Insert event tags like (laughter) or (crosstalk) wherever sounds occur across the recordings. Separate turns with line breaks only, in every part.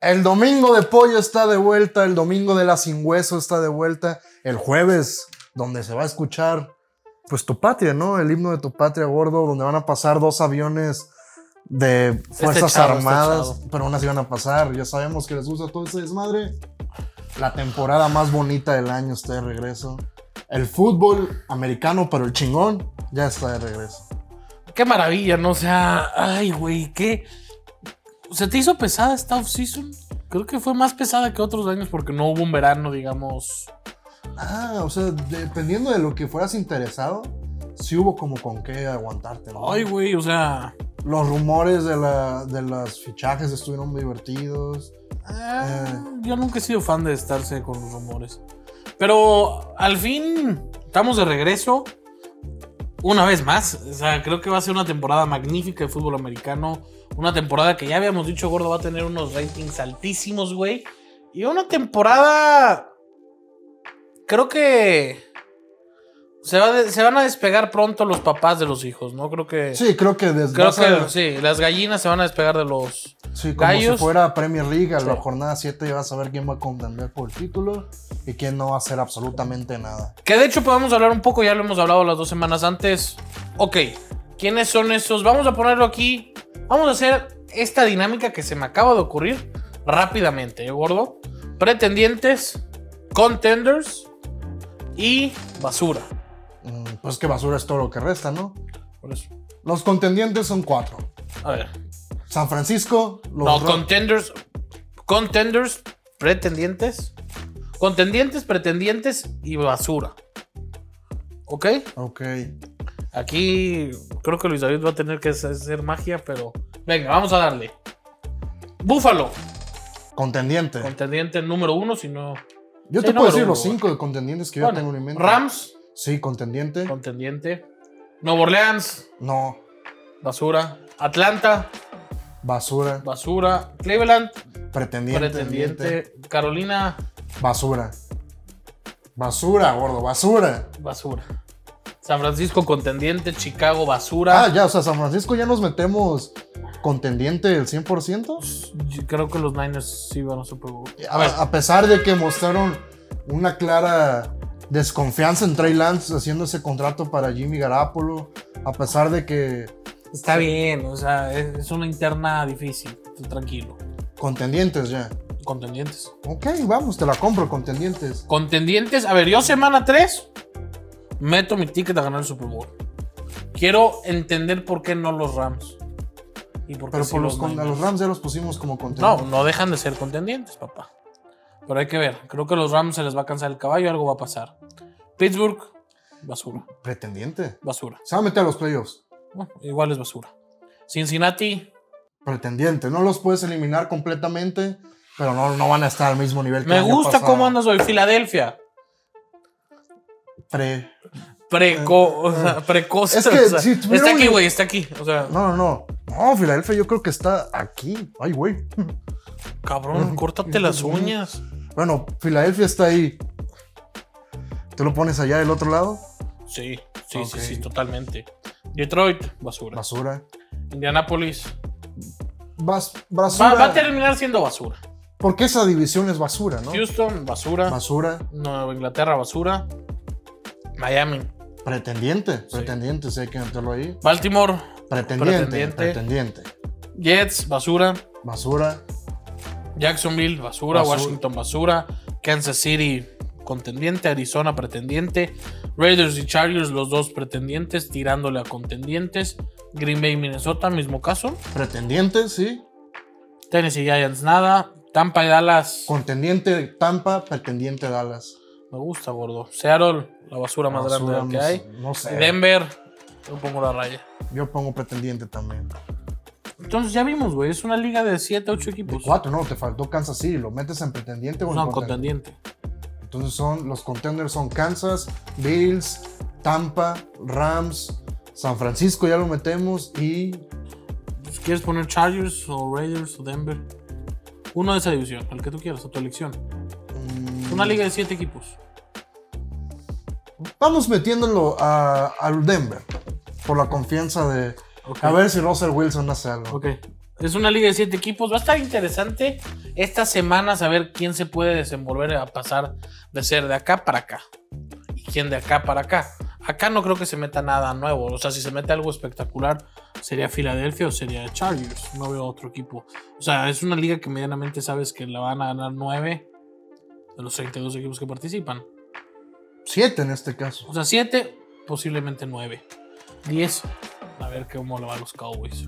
El domingo de pollo está de vuelta, el domingo de la sin hueso está de vuelta, el jueves, donde se va a escuchar, pues tu patria, ¿no? El himno de tu patria, gordo, donde van a pasar dos aviones de Fuerzas
chavo, este
Armadas,
chavo.
pero aún así van a pasar. Ya sabemos que les gusta todo ese desmadre. La temporada más bonita del año está de regreso. El fútbol americano, pero el chingón, ya está de regreso.
Qué maravilla, ¿no? O sea, ay, güey, qué. ¿Se te hizo pesada esta off-season? Creo que fue más pesada que otros años porque no hubo un verano, digamos.
Ah, o sea, dependiendo de lo que fueras interesado, sí hubo como con qué aguantarte, ¿no?
Ay, güey, o sea.
Los rumores de, la, de los fichajes estuvieron muy divertidos.
Ah, Yo nunca he sido fan de estarse con los rumores. Pero al fin estamos de regreso. Una vez más. O sea, creo que va a ser una temporada magnífica de fútbol americano. Una temporada que ya habíamos dicho, Gordo, va a tener unos ratings altísimos, güey. Y una temporada. Creo que. Se, va de- se van a despegar pronto los papás de los hijos, ¿no? Creo que.
Sí, creo que desde
creo
vas
que
a-
sí. Las gallinas se van a despegar de los.
sí, como
gallos.
si fuera Premier League, a la
Sí.
jornada 7 ya vas a ver quién va a contender por el título y quién no va a hacer absolutamente nada.
Que de hecho podemos hablar un poco, ya lo hemos hablado las dos semanas antes. Ok, ¿quiénes son esos? Vamos a ponerlo aquí. Vamos a hacer esta dinámica que se me acaba de ocurrir rápidamente, ¿eh, gordo? Pretendientes, contenders y basura.
Mm, Pues que basura es todo lo que resta, ¿no?
Por eso.
Los contendientes son cuatro.
A ver.
San Francisco, los
No,
Ra-
contenders. Contenders, pretendientes. Contendientes, pretendientes y basura. ¿Ok?
Ok.
Aquí creo que Luis David va a tener que hacer magia, pero venga, vamos a darle. Búfalo,
Contendiente.
contendiente número uno, si no.
Yo
Sí,
te puedo
número
decir
uno,
los
güey.
cinco de contendientes que
Bueno,
yo tengo en mi mente.
Rams,
Sí, contendiente.
contendiente. Nuevo Orleans,
No,
basura. Atlanta,
basura.
basura. Cleveland,
Pretendiente.
pretendiente. Carolina,
Basura. Basura, gordo, basura.
basura. San Francisco, contendiente. Chicago,
Ah,
basura.
ya, o sea, San Francisco ya nos metemos contendiente del 100%.
Yo creo que los Niners sí van a Super Bowl.
A, a pesar de que mostraron una clara desconfianza en Trey Lance haciendo ese contrato para Jimmy Garapolo. A pesar de que
Está bien, o sea, es, es una interna difícil. tú Tranquilo.
contendientes ya.
Contendientes.
Ok, vamos, te la compro, contendientes.
Contendientes. A ver, yo semana 3 meto mi ticket a ganar el Super Bowl. Quiero entender por qué no los Rams. Y por qué
Pero
sí
por los, con- a
Niners.
los Rams ya los pusimos como contendientes.
No, no dejan de ser contendientes, papá. Pero hay que ver. Creo que a los Rams se les va a cansar el caballo, algo va a pasar. Pittsburgh, basura,
Pretendiente.
basura.
Se va a meter a los playoffs.
Bueno, igual es basura. Cincinnati,
Pretendiente. No los puedes eliminar completamente, pero no, no van a estar al mismo nivel que
me
el año
gusta
pasado.
cómo andas hoy. Filadelfia,
Pre-
preco, o sea, precoz.
Es que
o sea,
si tuviera
está
un-
aquí, güey, está aquí. O sea,
No, no, no. No, Filadelfia yo creo que está aquí. Ay, güey.
cabrón, córtate las uñas.
Bueno, Filadelfia está ahí. ¿Tú lo pones allá del otro lado?
Sí, sí,
Ok.
sí, sí, totalmente. Detroit, basura.
Basura.
Indianapolis.
Bas-
Va,
basura.
va a terminar siendo basura.
Porque esa división es basura, ¿no?
Houston, basura.
Basura.
Nueva Inglaterra, basura. Miami.
Pretendiente.
Sí.
Pretendiente, sí hay que meterlo ahí.
Baltimore,
Pretendiente.
Pretendiente.
Pretendiente.
Jets, basura.
Basura.
Jacksonville, basura.
Basura.
Washington, basura. Kansas City, contendiente. Arizona, pretendiente. Raiders y Chargers, los dos pretendientes, tirándole a contendientes. Green Bay, Minnesota, mismo caso.
Pretendiente, sí.
Tennessee Giants, nada. Tampa y Dallas.
Contendiente Tampa, pretendiente Dallas.
Me gusta, gordo. Seattle, la basura más
Basura,
grande
no
que hay.
sé, No sé.
Denver, yo pongo la raya.
Yo pongo pretendiente también.
Entonces ya vimos, güey. Es una liga de 7, 8 equipos.
Cuatro, no, te faltó Kansas City. ¿Lo metes en pretendiente o en
No,
contendiente?
contendiente.
Entonces son los contenders son Kansas, Bills, Tampa, Rams, San Francisco ya lo metemos y
Pues, ¿Quieres poner Chargers o Raiders o Denver? Uno de esa división, el que tú quieras, a tu elección.
mm,
Es una liga de 7 equipos.
vamos metiéndolo a, al Denver por la confianza de
Ok.
a ver si Russell Wilson hace algo.
Ok. Es una liga de siete equipos. Va a estar interesante esta semana saber quién se puede desenvolver a pasar de ser de acá para acá. Y quién de acá para acá. Acá no creo que se meta nada nuevo. O sea, si se mete algo espectacular, sería Filadelfia o sería Chargers. No veo otro equipo. O sea, es una liga que medianamente sabes que la van a ganar nueve de los 32 equipos que participan.
Siete en este caso.
O sea, 7, posiblemente 9. 10. A ver cómo lo van los Cowboys.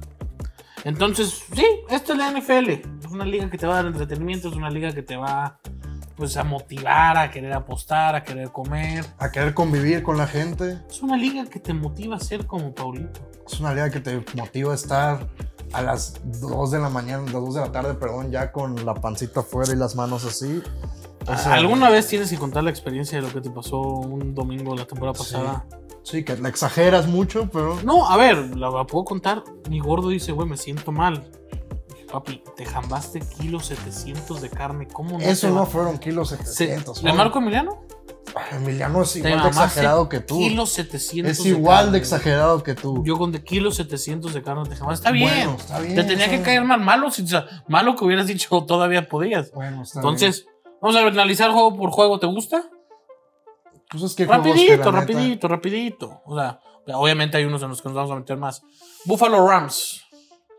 Entonces, sí, esta es la NFL. Es una liga que te va a dar entretenimiento, es una liga que te va pues, a motivar, a querer apostar, a querer comer.
A querer convivir con la gente.
Es una liga que te motiva a ser como Paulito.
Es una liga que te motiva a estar a las 2 de la mañana, las 2 de la tarde, perdón, ya con la pancita afuera y las manos así. O sea,
¿Alguna vez tienes que contar la experiencia de lo que te pasó un domingo la temporada
Sí.
pasada?
Sí, que la exageras mucho, pero.
No, a ver, la, la puedo contar. Mi gordo dice, güey, me siento mal. Dije, Papi, te jambaste kilos 700 de carne. ¿Cómo no?
Eso
te
no
va-?"
fueron kilos
Se-
700.
¿Le
¿no?
marco a Emiliano?
Ay, Emiliano es
Te
igual de
mamaste
exagerado que tú.
Kilos 700.
Es igual
carne,
de
güey.
exagerado que tú.
Yo con de kilos 700 de carne te jamás. Está bien.
Bueno, está bien.
te tenía
está
que
bien.
caer mal. Malo, si- o sea, malo que hubieras dicho (laughs) todavía podías.
Bueno, está
Entonces, vamos a analizar juego por juego. ¿Te gusta?
bien. Pues es que juegos que la
Rapidito,
neta-
rapidito, rapidito. O sea, obviamente hay unos en los que nos vamos a meter más. Buffalo Rams.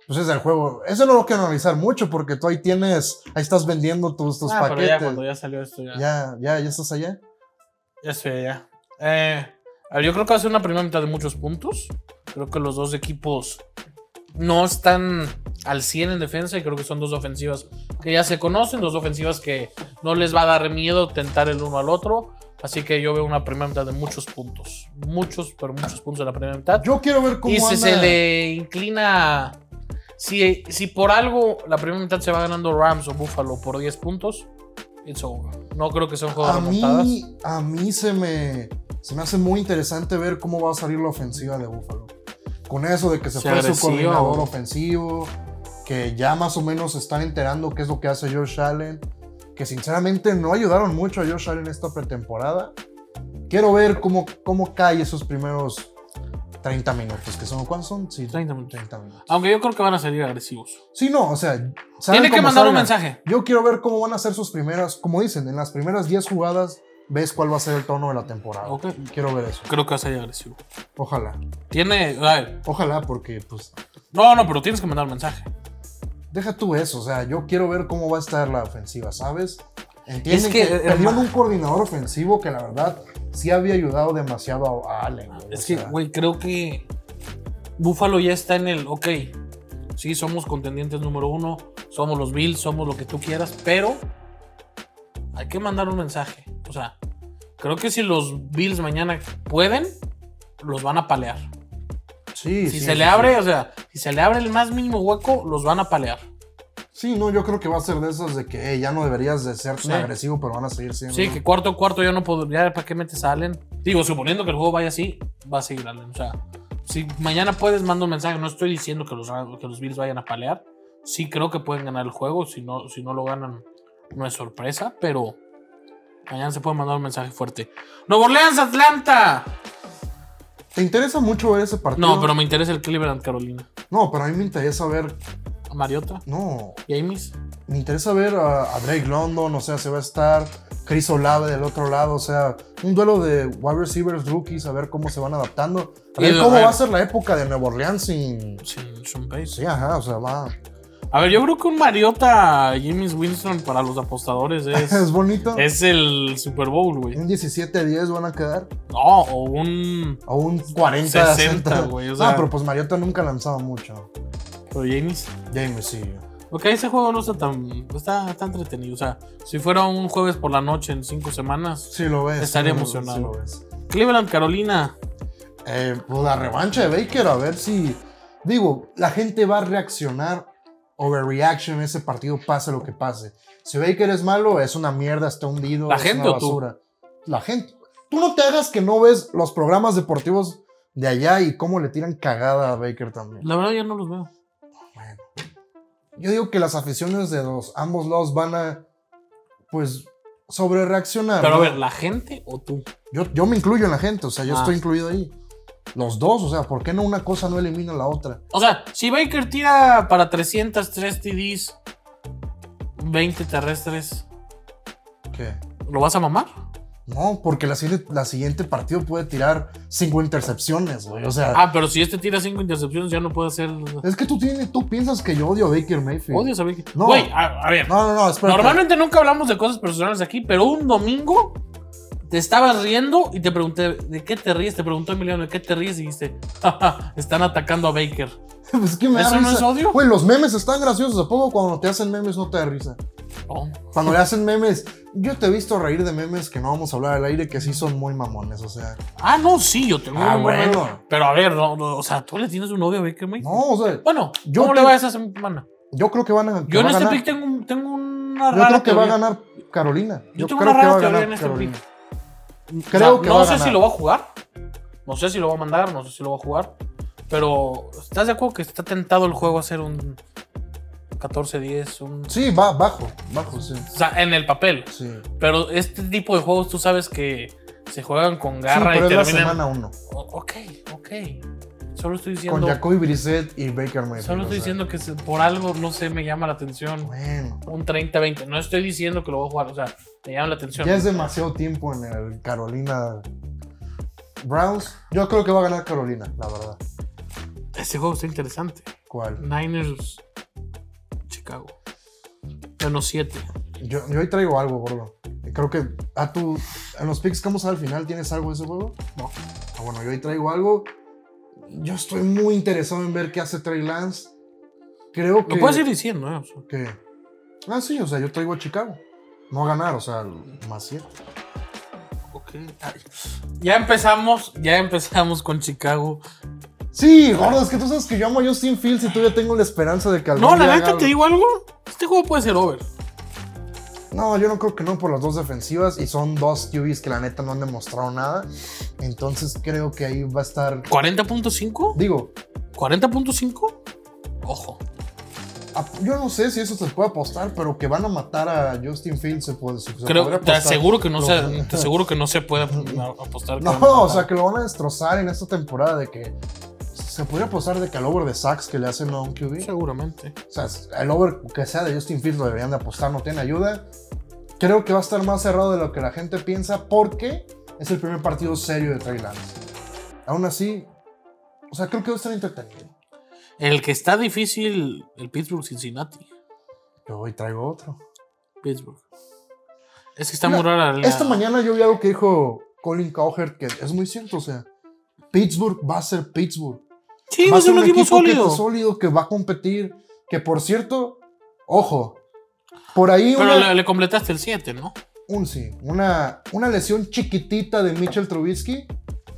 Pues es el juego. Eso no lo quiero analizar mucho porque tú ahí tienes. Ahí estás vendiendo tus, tus
Ah, pero
paquetes.
ya cuando ya salió esto, ya. Ya,
ya, ya, ya estás allá.
sé, ya. Eh, a ver, yo creo que va a ser una primera mitad de muchos puntos. Creo que los dos equipos no están al 100 en defensa y creo que son dos ofensivas que ya se conocen, dos ofensivas que no les va a dar miedo tentar el uno al otro. Así que yo veo una primera mitad de muchos puntos. Muchos, pero muchos puntos en la primera mitad.
Yo quiero ver cómo
Y si
anda.
se le inclina. Si, si por algo la primera mitad se va ganando Rams o Buffalo por 10 puntos, it's over. No creo que sea un juego de
A
remontadas.
mí, a mí se me, se me hace muy interesante ver cómo va a salir la ofensiva de Buffalo. Con eso de que se
Sí,
fue su
agresiva,
coordinador
güey.
ofensivo, que ya más o menos se están enterando qué es lo que hace Josh Allen, que sinceramente no ayudaron mucho a Josh Allen esta pretemporada. Quiero ver cómo, cómo cae esos primeros 30 minutos, que son, ¿cuántos son? Sí,
30 minutos.
30 minutos.
Aunque yo creo que van a salir agresivos.
Sí, no, o sea, saben
Tiene que
cómo
mandar
salgan.
un mensaje.
Yo quiero ver cómo van a ser sus primeras, como dicen, en las primeras 10 jugadas ves cuál va a ser el tono de la temporada.
Ok.
Quiero ver eso.
Creo que va a salir agresivo.
Ojalá.
Tiene. a ver,
Ojalá porque pues
no, no, pero tienes que mandar un mensaje.
deja tú eso, o sea, yo quiero ver cómo va a estar la ofensiva, ¿sabes? Entienden
Es que,
que,
eh,
perdieron
hermano-
un coordinador ofensivo que la verdad sí había ayudado demasiado a, a Allen. güey,
Es
o
que,
sea,
güey, creo que Buffalo ya está en el, ok, sí, somos contendientes número uno, somos los Bills, somos lo que tú quieras, pero hay que mandar un mensaje. O sea, creo que si los Bills mañana pueden, los van a palear.
sí,
si
sí,
se
sí,
le
sí.
abre, o sea, si se le abre el más mínimo hueco, los van a palear.
Sí, no, yo creo que va a ser de esos de que "Ey, ya no deberías de ser tan
Sí.
agresivo, pero van a seguir siendo.
Sí, que cuarto cuarto ya no podría, ¿para qué metes a Allen? Digo, suponiendo que el juego vaya así, va a seguir Allen. O sea, si mañana puedes, mando un mensaje. No estoy diciendo que los, que los Bills vayan a palear. Sí creo que pueden ganar el juego. Si no, si no lo ganan, no es sorpresa, pero mañana se puede mandar un mensaje fuerte. ¡Nuevo Orleans, Atlanta!
¿Te interesa mucho ver ese partido?
No, pero me interesa el Cleveland, Carolina.
No, pero a mí me interesa ver.
¿A Mariota?
No,
¿James?
me interesa ver a, a Drake London, o sea, se va a estar Chris Olave del otro lado, o sea, un duelo de wide receivers rookies, a ver cómo se van adaptando, a
Y
ver
de-
cómo
a ver.
va a ser la época de Nueva Orleans sin...
Sin Sean Payton.
Sí, ajá, o sea, va...
A ver, yo creo que un Mariota James Winston para los
(laughs)
apostadores
Es,
es,
bonito.
es el Super Bowl, güey.
Un 17-10 van a quedar,
No, o un.
o un 40
60, güey, o sea.
Ah, pero pues Mariota nunca lanzaba mucho.
Pero James.
James, sí.
Ok, ese juego no está tan. Está, está entretenido. O sea, si fuera un jueves por la noche en cinco semanas.
Sí lo ves.
Estaría
sí lo-
emocionado.
sí lo ves.
Cleveland, Carolina.
Eh, pues la revancha de Baker, a ver si. Digo, la gente va a reaccionar overreaction en ese partido, pase lo que pase. Si Baker es malo, es una mierda, está hundido.
¿La
es
gente
una
o tú?
basura. La gente. Tú no te hagas que no ves los programas deportivos de allá y cómo le tiran cagada a Baker también.
La verdad, ya no los veo.
Bueno. Yo digo que las aficiones de los ambos lados van a, pues, sobre reaccionar.
Pero a ver, ¿la gente o tú?
Yo, yo me incluyo en la gente, o sea, yo
Ah.
estoy incluido ahí. Los dos, o sea, ¿por qué no una cosa no elimina la otra?
O sea, si Baker tira para 303 TDs, 20 terrestres,
¿Qué?
¿lo vas a mamar?
No, porque la, siguiente- la siguiente partido puede tirar cinco intercepciones, güey. O sea,
Ah, pero si este tira 5 intercepciones, ya no puede hacer.
es que tú, tienes, tú piensas que yo odio a Baker Mayfield.
Odio saber que.
No.
Güey, a, a ver.
No, no, no, espera. (laughs)
Normalmente nunca hablamos de cosas personales aquí, pero un domingo te estabas riendo y te pregunté, ¿de qué te ríes? Te preguntó Emiliano, ¿de qué te ríes? Y dijiste, "Ja, ja, están atacando a Baker.
Pues que me da
¿Eso no
risa.
es odio?
Güey, los memes están graciosos. ¿A poco cuando te hacen memes no te da risa?
No.
Cuando le hacen memes, yo te he visto reír de memes que no vamos a hablar al aire que sí son muy mamones, o sea.
Ah, no, sí, yo tengo
Ah,
un buen-
bueno.
Pero a ver, no, no, o sea, tú le tienes un novio a Baker Mayfield.
No, o sea,
Bueno,
Yo
¿cómo
te-
le va esa semana?
yo creo que van a, que
Yo en
va a
este
ganar.
pick tengo, un- tengo una
yo
rara
creo que va a
teoría.
ganar Carolina.
Yo tengo una rara teoría en este Mm, O sea,
Creo que
no
va a
sé
ganar.
si lo va a jugar. No sé si lo va a mandar, no sé si lo va a jugar. Pero, ¿estás de acuerdo que está tentado el juego a hacer un 14-10? Un...
Sí, va bajo, bajo, sí.
O sea, en el papel.
Sí, Sí,
Pero este tipo de juegos tú sabes que se juegan con garra
pero
y
es la
terminan.
semana uno.
O- ok, ok. Solo estoy
Con
diciendo.
Jacoby Brissett y Baker Mayfield. o sea.
Solo estoy diciendo que se- por algo, no sé, me llama la atención.
Bueno,
Un 30-20. No estoy diciendo que lo voy a jugar, o sea, me llama la atención.
ya es demasiado tiempo en el Carolina Browns. Yo creo que va a ganar Carolina, la verdad.
Este juego está interesante.
¿Cuál?
Niners, Chicago. Menos 7.
Yo, yo hoy traigo algo, gordo. Creo que a tu, en los picks que vamos al final, ¿tienes algo de ese juego?
No.
Ah, bueno, yo hoy traigo algo. Yo estoy muy interesado en ver qué hace Trey Lance. Creo que.
Lo puedes ir diciendo, ¿eh? O sea,
que- Ah, sí, o sea, yo traigo a Chicago. No a ganar, o sea, más 7.
ok. Ay. Ya empezamos, ya empezamos con Chicago.
Sí, gordo, es que tú sabes que yo amo a Justin Fields y todavía tengo la esperanza de que algún
No, la
día haga
neta,
algo.
te digo algo. Este juego puede ser over.
No, yo no creo que no por las dos defensivas y son dos QBs que la neta no han demostrado nada. Entonces creo que ahí va a estar.
¿40.5?
Digo,
¿40.5? Ojo.
Ap- Yo no sé si eso se puede apostar, pero que van a matar a Justin Fields se puede. se- se podría
Creo, te
apostar.
aseguro que no
Lo-
se, te aseguro que no se puede ap- apostar.
No,
con-
o sea, que lo van a destrozar en esta temporada de que se podría apostar de que al over de sacks que le hacen a un QB.
seguramente.
O sea, el over que sea de Justin Fields lo deberían de apostar, no tiene ayuda. Creo que va a estar más cerrado de lo que la gente piensa porque es el primer partido serio de Trey Lance. Aún así, o sea, creo que va a estar entretenido.
El que está difícil, el Pittsburgh Cincinnati.
Yo hoy traigo otro.
Pittsburgh. Es que está
Mira,
muy rara la-
Esta mañana yo vi algo que dijo Colin Cowherd que es muy cierto, o sea, Pittsburgh va a ser Pittsburgh.
Sí,
va a
es
ser
un equipo
Que
sólido.
está sólido, que va a competir, que por cierto, ojo, por ahí
Pero
una,
le, le completaste el 7, ¿no?
un, sí, una, una lesión chiquitita de Mitchell Trubisky,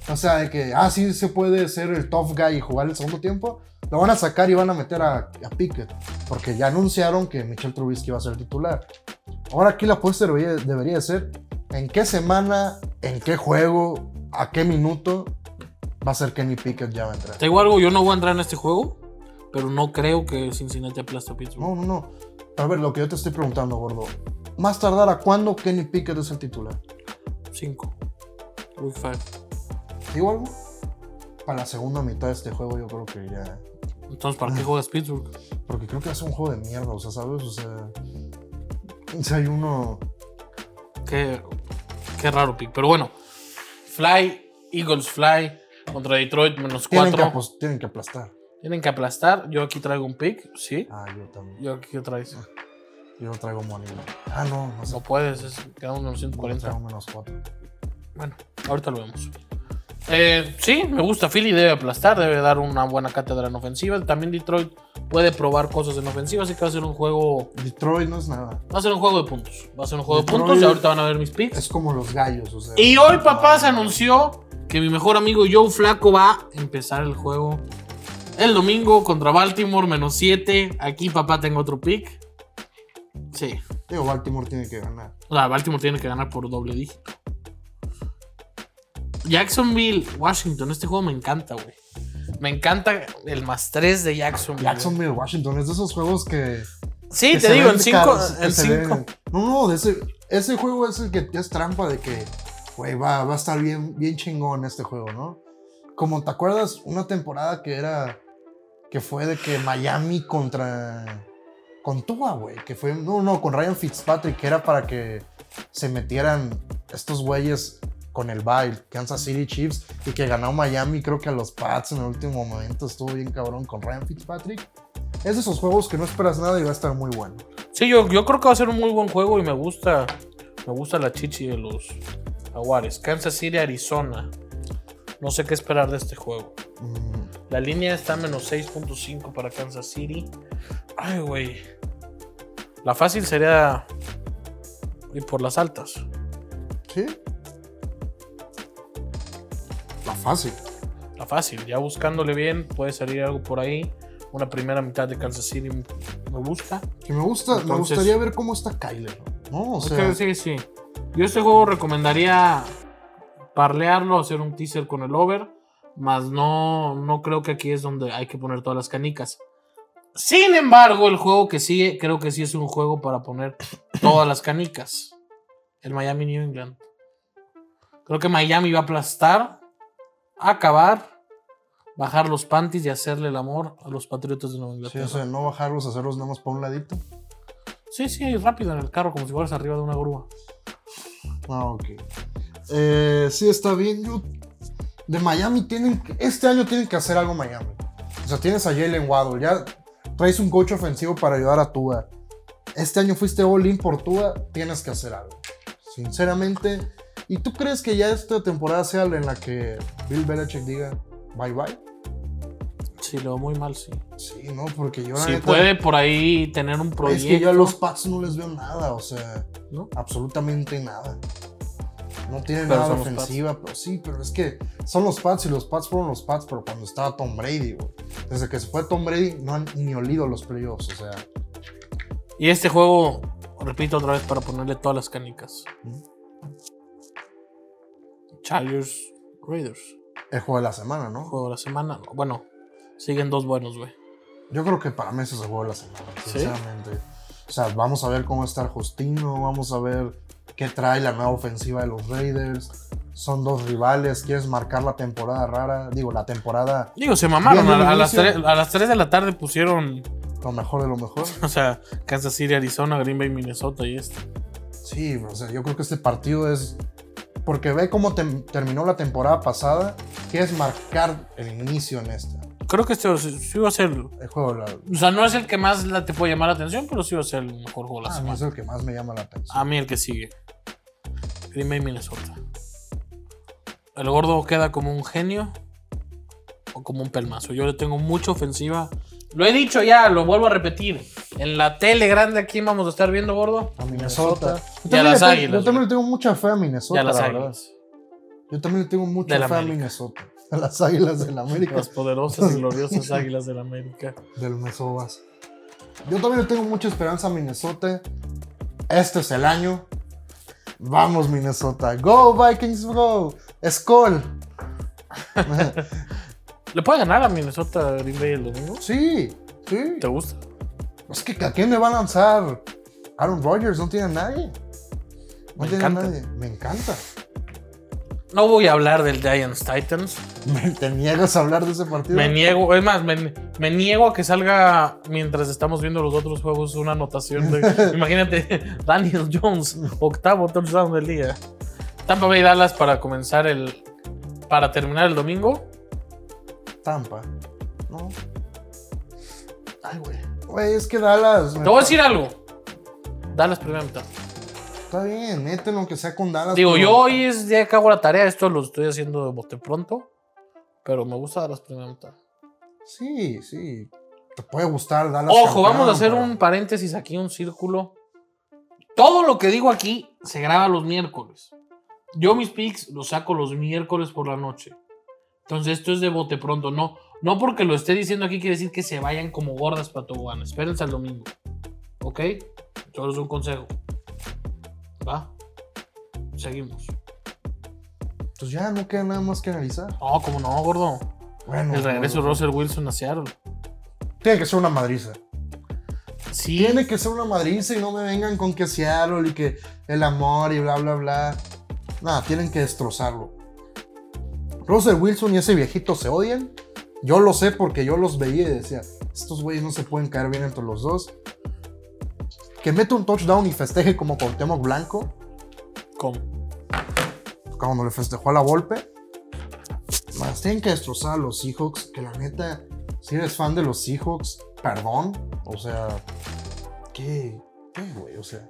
o sea, de que, ah, sí se puede ser el tough guy y jugar el segundo tiempo, lo van a sacar y van a meter a, a Pickett, porque ya anunciaron que Mitchell Trubisky va a ser titular. Ahora aquí la apuesta debería, debería de ser en qué semana, en qué juego, a qué minuto va a ser Kenny Pickett ya va a entrar.
Te digo algo, yo no voy a entrar en este juego, pero no creo que Cincinnati aplaste a Pittsburgh.
No, no, no. A ver, lo que yo te estoy preguntando, gordo. Más tardar a cuándo Kenny Pickett es el titular.
5. Week 5.
¿Digo algo? Para la segunda mitad de este juego yo creo que ya...
Entonces, ¿para
Ah.
qué juegas Pittsburgh?
Porque creo que va a ser un juego de mierda, o sea, ¿sabes? O sea... Si hay uno...
Qué, qué raro pick. Pero bueno, Fly, Eagles Fly contra Detroit, menos
Tienen que,
4.
apos- tienen que aplastar.
Tienen que aplastar. Yo aquí traigo un pick, sí.
Ah, yo también.
Yo aquí ¿qué traes.
Yo traigo money. Ah, no, no sé.
No puedes, es, quedamos en
Yo
140.
Traigo menos cuatro.
Bueno, ahorita lo vemos. Eh, sí, me gusta. Philly debe aplastar, debe dar una buena cátedra en ofensiva. También Detroit puede probar cosas en ofensiva, así que va a ser un juego.
Detroit no es nada.
Va a ser un juego de puntos. Va a ser un juego
Detroit-
de puntos y ahorita van a ver mis picks.
Es como los gallos, o sea...
Y hoy, papá, se anunció que mi mejor amigo Joe Flaco va a empezar el juego el domingo contra Baltimore, menos 7. Aquí, papá, tengo otro pick. Sí.
Digo, Baltimore tiene que ganar.
O sea, Baltimore tiene que ganar por doble dígito. Jacksonville, Washington, este juego me encanta, güey. Me encanta el más 3 de Jacksonville.
Jacksonville, Washington, es de esos juegos que...
Sí,
que
te
se
digo,
ven
en 5.
caros, que
En
se ven-
5.
No, no, de ese, ese juego es el que es trampa de que, güey, va, va a estar bien, bien chingón este juego, ¿no? Como te acuerdas, una temporada que era. que fue de que Miami contra. con Tua, güey. Que fue. No, no, con Ryan Fitzpatrick, que era para que se metieran estos güeyes con el bye, Kansas City Chiefs, y que ganó Miami, creo que a los Pats en el último momento. Estuvo bien cabrón con Ryan Fitzpatrick. Es de esos juegos que no esperas nada y va a estar muy bueno.
Sí, yo, yo creo que va a ser un muy buen juego y me gusta. Me gusta la chichi de los Jaguares. Kansas City, Arizona. No sé qué esperar de este juego.
Mm,
La línea está a menos 6.5 para Kansas City. Ay, güey. La fácil sería ir por las altas.
¿Sí? La fácil.
La fácil, ya buscándole bien, puede salir algo por ahí. Una primera mitad de Kansas City me busca.
Que me gusta, me
Entonces-
gustaría ver cómo está Kyler. No, o sea,
Ok, sí, sí. Yo este juego recomendaría parlearlo, hacer un teaser con el over, más no, no creo que aquí es donde hay que poner todas las canicas. Sin embargo, el juego que sigue, creo que sí es un juego para poner todas las canicas. El Miami New England. Creo que Miami va a aplastar, acabar, bajar los panties y hacerle el amor a los Patriotas de Nueva
sí, o sea,
Inglaterra.
no bajarlos, hacerlos nada más para un ladito.
Sí, sí, rápido en el carro, como si fueras arriba de una grúa.
Ah, ok. Eh, sí, está bien. Yo- de Miami tienen que- Este año tienen que hacer algo Miami. O sea, tienes a Jalen Waddle. Ya traes un coach ofensivo para ayudar a Tua. Este año fuiste all-in por Tua. Tienes que hacer algo. Sinceramente. ¿Y tú crees que ya esta temporada sea la en la que Bill Belichick diga bye bye?
Sí, lo veo muy mal, sí.
Sí, no, porque yo la
Si
neta-
puede por ahí tener un
Es que yo
proyecto.
a los Pats no les veo nada, o sea,
¿No?
absolutamente nada. No tienen
Pero
nada
son
de
los Pats.
ofensiva, pero sí, pero es que son los Pats y los Pats fueron los Pats, pero cuando estaba Tom Brady, güey. Desde que se fue Tom Brady no han ni olido los playoffs, o sea,
Y este juego, repito otra vez para ponerle todas las canicas. Chargers Raiders.
el juego de la semana, ¿no?
Juego de la semana. Bueno, siguen dos buenos, güey.
Yo creo que para mí ese es el juego de la semana,
¿Sí?
sinceramente. O sea, vamos a ver cómo está el Justino, vamos a ver qué trae la nueva ofensiva de los Raiders. Son dos rivales, quieres marcar la temporada rara, digo, la temporada
Digo, se mamaron.
Bien,
A, a las
inicio.
tre- a las 3 de la tarde pusieron, (laughs)
lo mejor de lo mejor.
o sea, Kansas City, Arizona, Green Bay, Minnesota y este.
Sí, o sea, yo creo que este partido es. Porque ve cómo tem- terminó la temporada pasada, que es marcar el inicio en esta.
Creo que este sí sí va a ser.
El juego de la.
O sea, no es el que más la- te puede llamar la atención, pero sí va a ser el mejor juego de la
Ah, a mí
semana.
es el que más me llama la atención.
A mí el que sigue. Green Bay, Minnesota. El gordo queda como un genio o como un pelmazo. Yo le tengo mucha ofensiva. Lo he dicho ya, lo vuelvo a repetir. En la tele grande aquí vamos a estar viendo, gordo.
A Minnesota. Yo
Ah, Y
también
a
le
las
tengo-
águilas,
Yo también
güey.
le tengo mucha fe a
Y
Minnesota,
a las
la verdad.
águilas.
Yo también le tengo mucha
De
fe
la
a
América.
Minnesota. A las águilas del América. (laughs)
Las poderosas y gloriosas águilas del América.
del Mesobas. Yo también le tengo mucha esperanza a Minnesota. Este es el año. Vamos, Minnesota. Go, Vikings, go. Skull.
¿Le puede ganar a Minnesota a Green Bay el domingo?
Sí, sí.
¿Te gusta?
Es que Pues, ¿a quién le va a lanzar? Aaron Rodgers no tiene a nadie. No
Me
tiene a
encanta.
nadie. Me encanta. (laughs)
No voy a hablar del Giants Titans.
Me, te niegas a hablar de ese partido.
Me niego, es más, me, me niego a que salga mientras estamos viendo los otros juegos una
(laughs)
anotación de. imagínate, Daniel Jones, octavo touchdown del día. Tampa Bay Dallas para comenzar el. para terminar el domingo.
Tampa. No. Ay, güey. Güey, es que Dallas. me-
Te voy a decir algo. Dallas primera mitad.
Está bien, meten lo que sea con Dallas.
Digo,
pero-
yo hoy es día que hago la tarea, esto lo estoy haciendo de bote pronto. Pero me gusta Dallas primera mitad.
Sí, sí. Te puede gustar Dallas.
Ojo,
campeón,
vamos a hacer
pero-
un paréntesis aquí, un círculo. Todo lo que digo aquí se graba los miércoles. Yo mis picks los saco los miércoles por la noche. Entonces esto es de bote pronto. No, no porque lo esté diciendo aquí quiere decir que se vayan como gordas para tobogán. Espérense al domingo. ¿Ok? Solo es un consejo. ¿Va? Seguimos.
Pues ya no queda nada más que analizar.
No, como no, gordo.
Bueno.
El regreso de
bueno.
Russell Wilson a Seattle.
Tiene que ser una madriza.
Sí.
Tiene que ser una madriza y no me vengan con que Seattle y que el amor y bla, bla, bla. Nada, tienen que destrozarlo. Russell Wilson y ese viejito se odian. Yo lo sé porque yo los veía y decía, estos güeyes no se pueden caer bien entre los dos. Que mete un touchdown y festeje como Cuauhtémoc Blanco,
¿Cómo?
cuando le festejó a la golpe. Más tienen que destrozar a los Seahawks, que la neta, si eres fan de los Seahawks, perdón. O sea, ¿qué? ¿Qué, güey? O sea,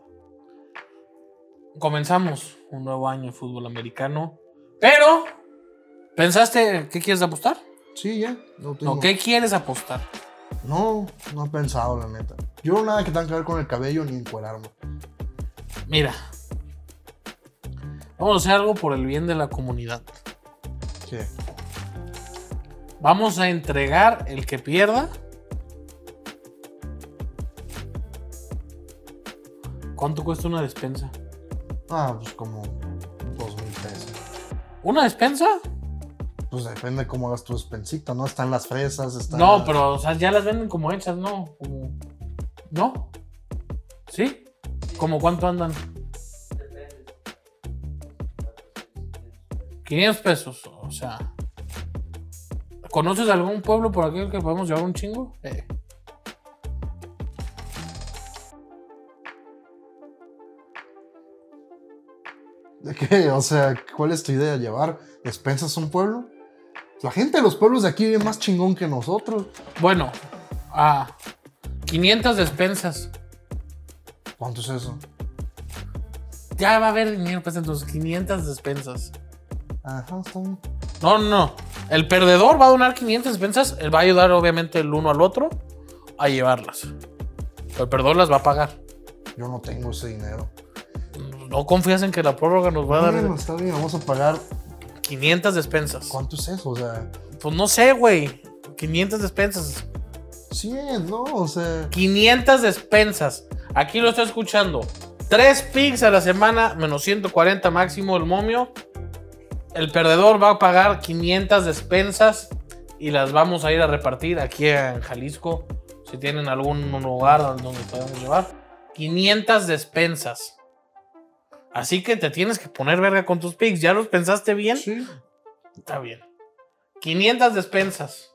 Comenzamos un nuevo año de fútbol americano. Pero, ¿pensaste qué quieres apostar?
sí, ya. No, tengo-
No, ¿qué quieres apostar?
no, no he pensado, la neta. Yo nada que tenga que ver con el cabello ni encuerarme.
Mira. Vamos a hacer algo por el bien de la comunidad.
Sí.
Vamos a entregar el que pierda. ¿Cuánto cuesta una despensa?
Ah, pues como dos mil pesos.
¿Una despensa?
Pues depende cómo hagas tu despensita, ¿no? Están las fresas, están.
No,
las-
pero o sea, ya las venden como hechas, ¿no? Como- ¿No? ¿Sí? ¿Cómo cuánto andan? 500 pesos, o sea. ¿Conoces algún pueblo por aquí que podemos llevar un chingo? Eh.
¿De qué? O sea, ¿cuál es tu idea? ¿Llevar despensas a un pueblo? La gente de los pueblos de aquí vive más chingón que nosotros.
Bueno, a 500 despensas.
¿Cuánto es eso?
Ya va a haber dinero, pues entonces 500 despensas.
Ajá, está bien.
No, no, no. El perdedor va a donar 500 despensas. Él va a ayudar, obviamente, el uno al otro a llevarlas. El perdedor las va a pagar.
Yo no tengo ese dinero.
No confías en que la prórroga nos va a dar
Bueno, está bien, vamos a pagar.
500 despensas.
Mm. ¿Cuánto es eso? O sea,
Pues no sé, güey. 500 despensas.
100, ¿no? O sea,
500 despensas. Aquí lo estoy escuchando. 3 picks a la semana, menos 140 máximo el momio. El perdedor va a pagar 500 despensas y las vamos a ir a repartir aquí en Jalisco. Si tienen algún lugar donde podemos llevar. 500 despensas. Así que te tienes que poner verga con tus picks. ¿Ya los pensaste bien?
sí.
Está bien. 500 despensas.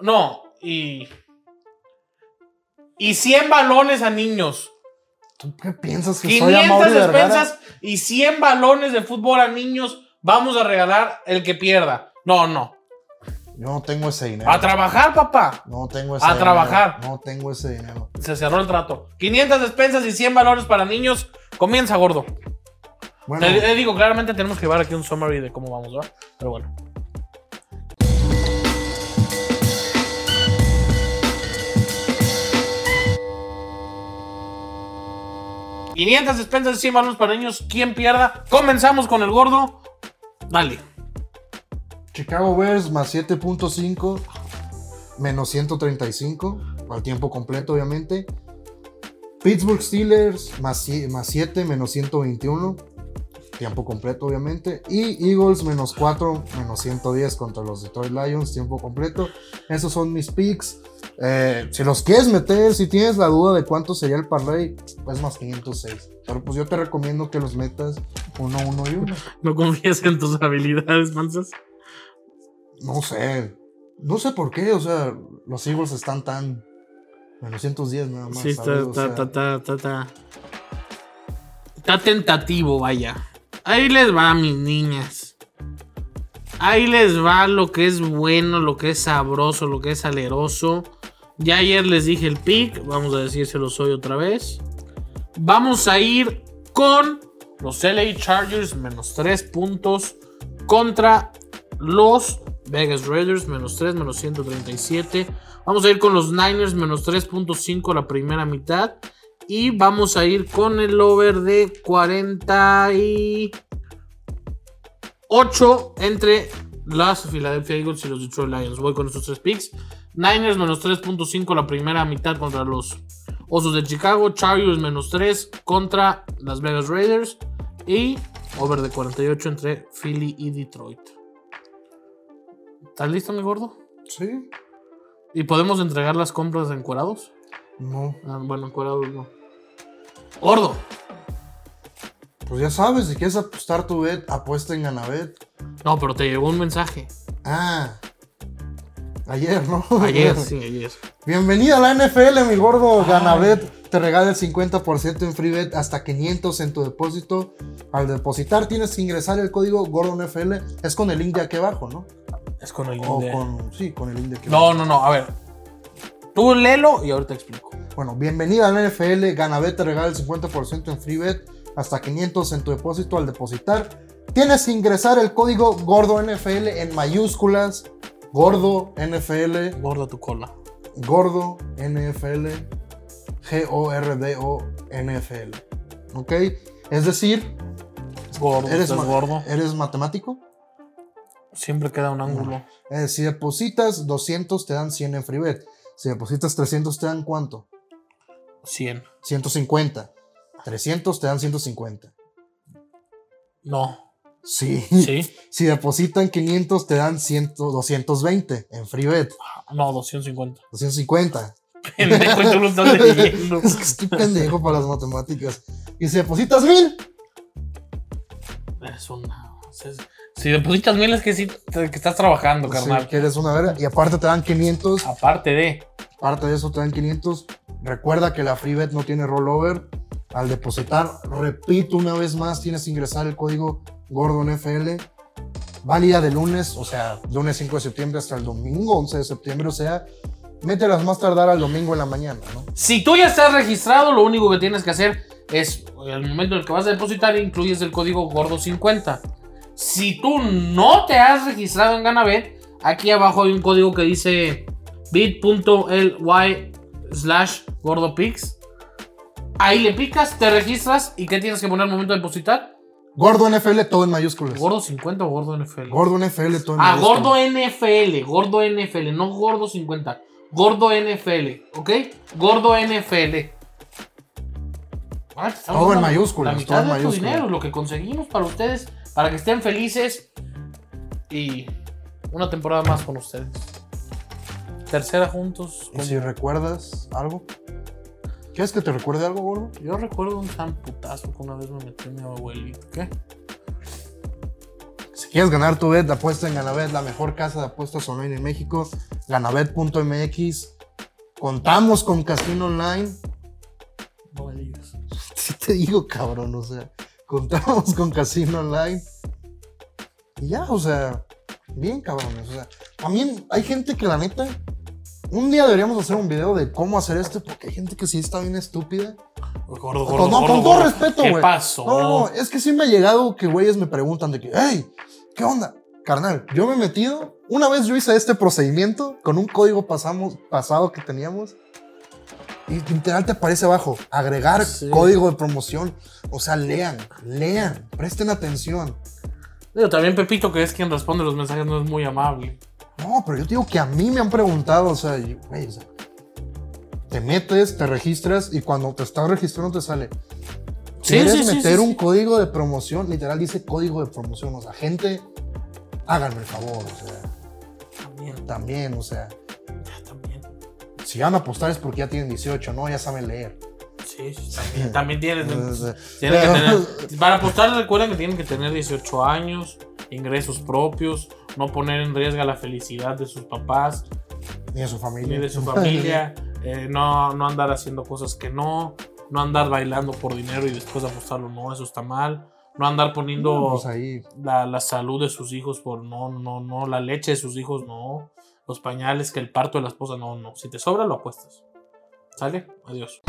No, y. Y 100 balones a niños.
¿Tú qué piensas que soy
500
Amaury Vergara?
despensas y 100 balones de fútbol a niños. Vamos a regalar el que pierda. No, no.
Yo no tengo ese dinero.
A trabajar, papá.
no tengo ese
a
dinero.
trabajar.
No tengo ese dinero.
Se cerró el trato. 500 despensas y 100 balones para niños. Comienza, gordo.
Bueno,
Te, te digo, claramente tenemos que llevar aquí un summary de cómo vamos, ¿verdad? Pero bueno. ...500 despensas de 100 balones para niños... ...quien pierda? Comenzamos con el gordo... ...dale...
Chicago Bears más 7.5, menos 135, al tiempo completo, obviamente. Pittsburgh Steelers más, sie- más 7, menos 121, tiempo completo, obviamente. Y Eagles menos 4, menos 110 contra los Detroit Lions, tiempo completo. Esos son mis picks. Eh, si los quieres meter, si tienes la duda de cuánto sería el parlay, pues más 506. Pero pues yo te recomiendo que los metas uno, uno y uno.
¿No confías en tus habilidades, Manzas?
No sé. No sé por qué, o sea, los Eagles están tan. 910 nada más.
Sí, está,
¿sabes? O
está,
sea,
está, está, está, está... Está tentativo, vaya. Ahí les va, mis niñas. Ahí les va lo que es bueno, lo que es sabroso, lo que es aleroso. Ya ayer les dije el pick, vamos a decírselos hoy otra vez. Vamos a ir con los LA Chargers menos 3 puntos contra los Vegas Raiders menos 3, menos 137. Vamos a ir con los Niners menos 3.5 la primera mitad. Y vamos a ir con el over de 48 entre las Philadelphia Eagles y los Detroit Lions. Voy con estos tres picks. Niners menos 3.5 la primera mitad contra los Osos de Chicago. Chargers menos 3 contra las Vegas Raiders. Y over de 48 entre Philly y Detroit. ¿Estás listo, mi gordo?
Sí.
¿Y podemos entregar las compras encuerados?
No.
Ah, bueno, encuerados no. Gordo,
Pues ya sabes, si quieres apostar tu bet, apuesta en Ganavet.
No, pero te llegó un mensaje.
Ah. Ayer, ¿no? (laughs)
Ayer, sí, ayer.
Bienvenida a la NFL, mi gordo Ganabet. Te regala el 50% en FreeBet hasta 500 en tu depósito. Al depositar tienes que ingresar el código GordonFL. Es con el link de aquí abajo, ¿no?
Es con el
O
link de-
con, sí, con el link de aquí abajo.
No, no, no. A ver. Tú léelo y ahorita explico.
Bueno, bienvenida a la NFL. Ganabet te regala el 50% en FreeBet hasta 500 en tu depósito al depositar. Tienes que ingresar el código Gordo NFL en mayúsculas. Gordo NFL.
Gorda tu cola.
Gordo NFL. G-O-R-D-O NFL. ¿Ok? Es decir,
Gordo,
eres,
estás
ma-
gordo.
eres matemático.
Siempre queda un ángulo.
Eh, si depositas 200, te dan 100 en FreeBet. Si depositas 300, te dan cuánto?
100.
150. 300 te dan 150.
No.
Sí.
Sí.
Si depositan 500, te dan 100, 220 en FreeBet.
No, 250.
250.
(laughs) Pendejo, tú lo estás leyendo.
(laughs) Es que estoy pendejo para las matemáticas. Y si depositas 1000,
Eres una. Si depositas mil es que sí, te- que estás trabajando,
pues,
carnal.
sí, que eres una verga. Y aparte te dan 500.
Aparte de.
Aparte de eso, te dan 500. Recuerda que la FreeBet no tiene rollover. Al depositar, repito una vez más, tienes que ingresar el código GordonFL. Válida de lunes, o sea, lunes 5 de septiembre hasta el domingo 11 de septiembre. O sea, mételas más tardar al domingo en la mañana, ¿no?
Si tú ya estás registrado, lo único que tienes que hacer es, al momento en el que vas a depositar, incluyes el código gordo50. Si tú no te has registrado en Ganabet, aquí abajo hay un código que dice bit.ly slash gordopix. Ahí le picas, te registras y ¿qué tienes que poner al momento de depositar?
GordonFL, todo en mayúsculas.
Gordo50 o gordo NFL.
Gordo NFL, todo en
ah,
mayúsculas.
gordo NFL, gordo NFL, no gordo 50. Gordo NFL, ¿ok? Gordo NFL. Ah, estamos
Todo en
dando
mayúsculas,
La
todo
mitad
en
de tu
mayúsculas.
dinero, lo que conseguimos para ustedes, para que estén felices. Y una temporada más con ustedes. Tercera juntos.
Y si recuerdas algo, ¿quieres que te recuerde algo, gordo?
Yo recuerdo un tan putazo que una vez me metió mi abuelito. ¿Qué?
Si quieres ganar tu bet, apuesta en Ganabet, la mejor casa de apuestas online en México. Ganabet.mx. Contamos con casino online. (laughs)
No me digas.
Si te digo, cabrón, o sea, contamos con casino online. Y ya, o sea, bien, cabrones. O sea, también hay gente que, la neta, un día deberíamos hacer un video de cómo hacer esto, porque hay gente que sí está bien estúpida.
Gordo, gordo,
Con- no,
gordo,
con todo
gordo.
respeto,
¿Qué
güey.
pasó?
No, no, es que sí me ha llegado que güeyes me preguntan de que, hey, ¿qué onda? Carnal, yo me he metido. Una vez yo hice este procedimiento con un código pasamos, pasado que teníamos. Y literal te aparece abajo, agregar
Sí.
código de promoción. O sea, lean, lean, presten atención.
Pero también Pepito, que es quien responde los mensajes, no es muy amable.
No, pero yo te digo que a mí me han preguntado, o sea, y, güey, o sea, te metes, te registras y cuando te estás registrando te sale.
Sí,
¿Quieres
sí, sí,
meter
sí,
un
sí.
código de promoción? Literal dice código de promoción. O sea, gente, háganme el favor. O sea,
También,
también, o sea,
también.
si van a apostar es porque ya tienen 18, ¿no? Ya saben leer.
Sí, sí, también. También tienen,
O sea,
tienen que
pero-
tener. Para apostar, recuerden que tienen que tener 18 años, ingresos propios, no poner en riesgo la felicidad de sus papás
Ni de su familia.
ni de
(laughs)
su familia, eh, no, no andar haciendo cosas que no, no andar bailando por dinero y después apostarlo, no, eso está mal. No andar poniendo
Pues ahí.
la, la salud de sus hijos por no, no, no, la leche de sus hijos no, los pañales, que el parto de la esposa no, no. Si te sobra, lo apuestas. ¿Sale? Adiós.